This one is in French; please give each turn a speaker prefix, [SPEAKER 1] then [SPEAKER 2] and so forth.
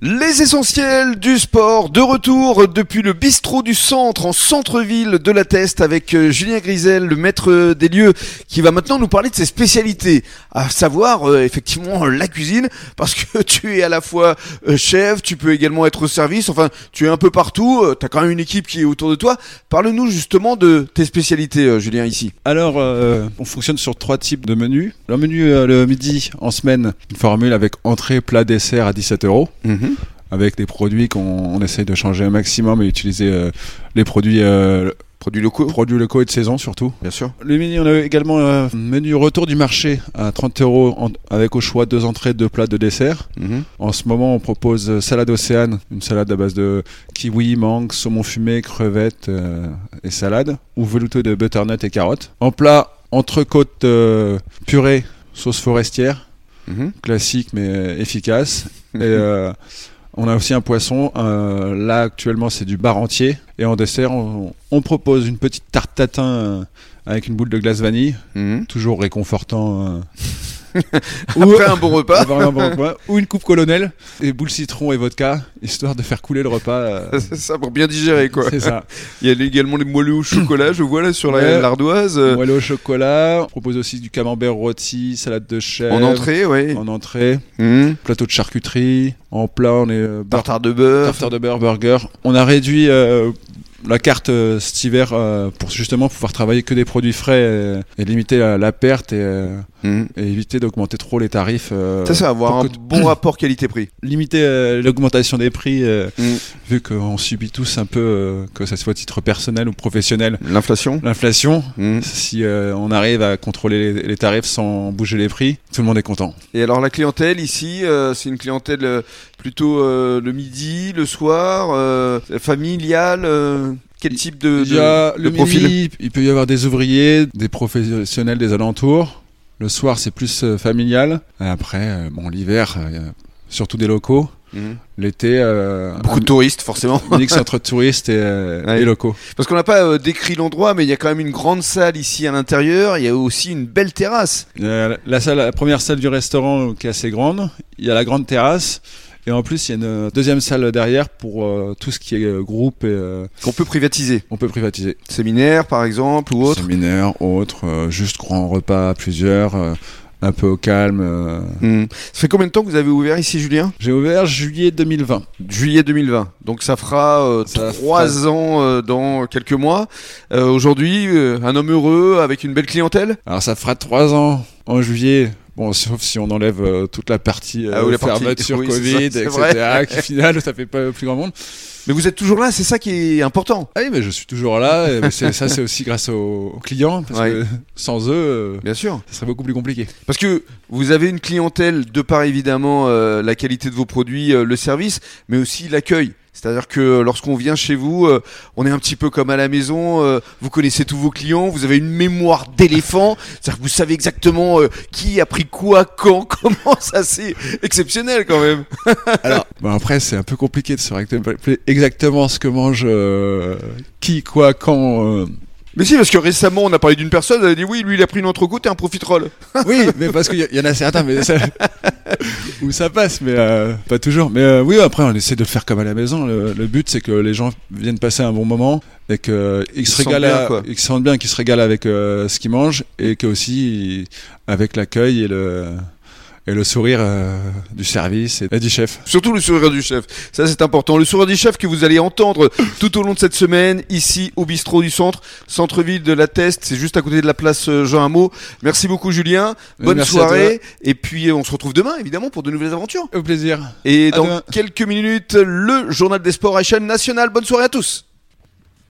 [SPEAKER 1] Les essentiels du sport, de retour depuis le bistrot du centre, en centre-ville de la Teste, avec euh, Julien Grisel, le maître des lieux, qui va maintenant nous parler de ses spécialités, à savoir euh, effectivement euh, la cuisine, parce que tu es à la fois euh, chef, tu peux également être au service, enfin tu es un peu partout, tu as quand même une équipe qui est autour de toi. Parle-nous justement de tes spécialités, euh, Julien, ici.
[SPEAKER 2] Alors, euh, on fonctionne sur trois types de menus. Le menu euh, le midi en semaine, une formule avec entrée, plat, dessert à 17 euros,
[SPEAKER 1] Mhm.
[SPEAKER 2] avec des produits qu'on on essaye de changer un maximum et utiliser euh, les produits, euh,
[SPEAKER 1] Produits locaux,
[SPEAKER 2] produits locaux et de saison surtout.
[SPEAKER 1] bien sûr.
[SPEAKER 2] Le menu, on a également un menu retour du marché à 30 euros en- avec au choix deux entrées, deux plats, deux desserts.
[SPEAKER 1] Mhm.
[SPEAKER 2] En ce moment, on propose euh, salade océane, une salade à base de kiwi, mangue, saumon fumé, crevettes euh, et salade, ou velouté de butternut et carottes. En plat, entrecôte euh, purée, sauce forestière,
[SPEAKER 1] Mhm.
[SPEAKER 2] classique mais euh, efficace. Et euh, on a aussi un poisson. euh, là, actuellement, c'est du bar entier. Et en dessert, on, on propose une petite tarte tatin euh, avec une boule de glace vanille,
[SPEAKER 1] Mhm.
[SPEAKER 2] toujours réconfortant. euh, ou-
[SPEAKER 1] Après un bon repas.
[SPEAKER 2] avoir un bon repas, ou une coupe colonel et boule citron et vodka histoire de faire couler le repas euh,
[SPEAKER 1] C'est ça, pour bien digérer, quoi.
[SPEAKER 2] c'est ça
[SPEAKER 1] Il y a également les moelleux au chocolat, je vois là, sur la-
[SPEAKER 2] Ouais.
[SPEAKER 1] l'ardoise. euh,
[SPEAKER 2] moelleux au chocolat on propose aussi du camembert rôti salade de chèvre
[SPEAKER 1] en entrée, oui.
[SPEAKER 2] en entrée
[SPEAKER 1] Mhm.
[SPEAKER 2] plateau de charcuterie en plat on est euh, bar-
[SPEAKER 1] Tartare de bœuf.
[SPEAKER 2] tartare de beurre burger on a réduit euh, la carte euh, cet hiver euh, pour justement pouvoir travailler que des produits frais euh, et, limiter la, la perte et, euh,
[SPEAKER 1] Mhm.
[SPEAKER 2] et éviter d'augmenter trop les tarifs euh,
[SPEAKER 1] Ça, ça avoir
[SPEAKER 2] pour
[SPEAKER 1] un
[SPEAKER 2] que-
[SPEAKER 1] bon rapport qualité-prix.
[SPEAKER 2] limiter euh, l'augmentation des prix, euh,
[SPEAKER 1] Mm.
[SPEAKER 2] vu qu'on subit tous un peu, euh, que ce soit à titre personnel ou professionnel,
[SPEAKER 1] L'inflation.
[SPEAKER 2] l'inflation.
[SPEAKER 1] Mhm.
[SPEAKER 2] Si euh, on arrive à contrôler les, les tarifs sans bouger les prix, tout le monde est content.
[SPEAKER 1] Et alors, la clientèle ici, euh, c'est une clientèle euh, plutôt euh, le midi, le soir, euh, familiale. euh, quel type de,
[SPEAKER 2] Il y a
[SPEAKER 1] de
[SPEAKER 2] le
[SPEAKER 1] profil
[SPEAKER 2] midi, il peut y avoir des ouvriers, des professionnels des alentours. Le soir, c'est plus euh, familial. Après, euh, bon, l'hiver, euh, il y a surtout des locaux.
[SPEAKER 1] Mhm.
[SPEAKER 2] L'été, euh,
[SPEAKER 1] Beaucoup de touristes, forcément.
[SPEAKER 2] un mix entre touristes et, euh,
[SPEAKER 1] Ouais.
[SPEAKER 2] et locaux.
[SPEAKER 1] Parce qu'on n'a pas euh, décrit l'endroit, mais il y a quand même une grande salle ici à l'intérieur. Il y a aussi une belle terrasse.
[SPEAKER 2] Il y a la, salle, la première salle du restaurant qui est assez grande. Il y a la grande terrasse. Et en plus, il y a une deuxième salle derrière pour euh, tout ce qui est euh, groupe. Et, euh,
[SPEAKER 1] qu'on peut privatiser.
[SPEAKER 2] on peut privatiser.
[SPEAKER 1] Séminaire, par exemple, ou autre.
[SPEAKER 2] Séminaire, autre, euh, juste grand repas à plusieurs, euh, un peu au calme. euh.
[SPEAKER 1] Hmm. Ça fait combien de temps que vous avez ouvert ici, Julien
[SPEAKER 2] J'ai ouvert juillet 2020.
[SPEAKER 1] Juillet 2020. Donc ça fera euh,
[SPEAKER 2] Ça
[SPEAKER 1] trois
[SPEAKER 2] fera-
[SPEAKER 1] ans euh, dans quelques mois. Euh, Aujourd'hui, euh, un homme heureux avec une belle clientèle.
[SPEAKER 2] Alors ça fera trois ans en juillet. Bon, sauf si on enlève euh, toute la partie euh,
[SPEAKER 1] Ah oui, la partie-
[SPEAKER 2] fermeture
[SPEAKER 1] oui, c'est ça,
[SPEAKER 2] Covid,
[SPEAKER 1] c'est
[SPEAKER 2] etc. qui, au final, ça fait pas plus grand monde.
[SPEAKER 1] Mais vous êtes toujours là, c'est ça qui est important.
[SPEAKER 2] Ah oui, mais je suis toujours là. et c'est- ça, c'est aussi grâce aux, aux clients. Parce
[SPEAKER 1] Ouais.
[SPEAKER 2] que sans eux, euh,
[SPEAKER 1] Bien sûr.
[SPEAKER 2] ça serait beaucoup plus compliqué.
[SPEAKER 1] Parce que vous avez une clientèle de par évidemment euh, la qualité de vos produits, euh, le service, mais aussi l'accueil. C'est-à-dire que lorsqu'on vient chez vous, euh, on est un petit peu comme à la maison, euh, vous connaissez tous vos clients, vous avez une mémoire d'éléphant, c'est-à-dire que vous savez exactement euh, qui a pris quoi, quand, comment, ça c'est exceptionnel quand même.
[SPEAKER 2] Bon, Bah, après, c'est un peu compliqué de se rappeler exactement ce que mange euh, qui, quoi, quand. euh.
[SPEAKER 1] Mais si, parce que récemment on a parlé d'une personne, elle a dit oui, lui il a pris une entrecôte et un profiterole.
[SPEAKER 2] Oui, mais parce qu'il y, y en a certains mais ça- où ça passe, mais euh, pas toujours. Mais euh, oui, après, on essaie de le faire comme à la maison. Le, le but, c'est que les gens viennent passer un bon moment et qu'ils
[SPEAKER 1] se
[SPEAKER 2] se
[SPEAKER 1] sentent
[SPEAKER 2] régalent,
[SPEAKER 1] bien,
[SPEAKER 2] à-
[SPEAKER 1] quoi.
[SPEAKER 2] ils se sentent bien, qu'ils se régalent avec euh, ce qu'ils mangent et que aussi avec l'accueil et le et le sourire euh, du service et, et du chef.
[SPEAKER 1] Surtout le sourire du chef. Ça, c'est important. Le sourire du chef que vous allez entendre tout au long de cette semaine, ici, au bistrot du centre, centre-ville de la Teste. C'est juste à côté de la place euh, Jean Hameau. Merci beaucoup, Julien. Bonne
[SPEAKER 2] Merci à toi.
[SPEAKER 1] soirée. Et puis, euh, on se retrouve demain, évidemment, pour de nouvelles aventures.
[SPEAKER 2] Au plaisir.
[SPEAKER 1] Et
[SPEAKER 2] À
[SPEAKER 1] dans
[SPEAKER 2] demain.
[SPEAKER 1] quelques minutes, le journal des sports à chaîne nationale. Bonne soirée à tous.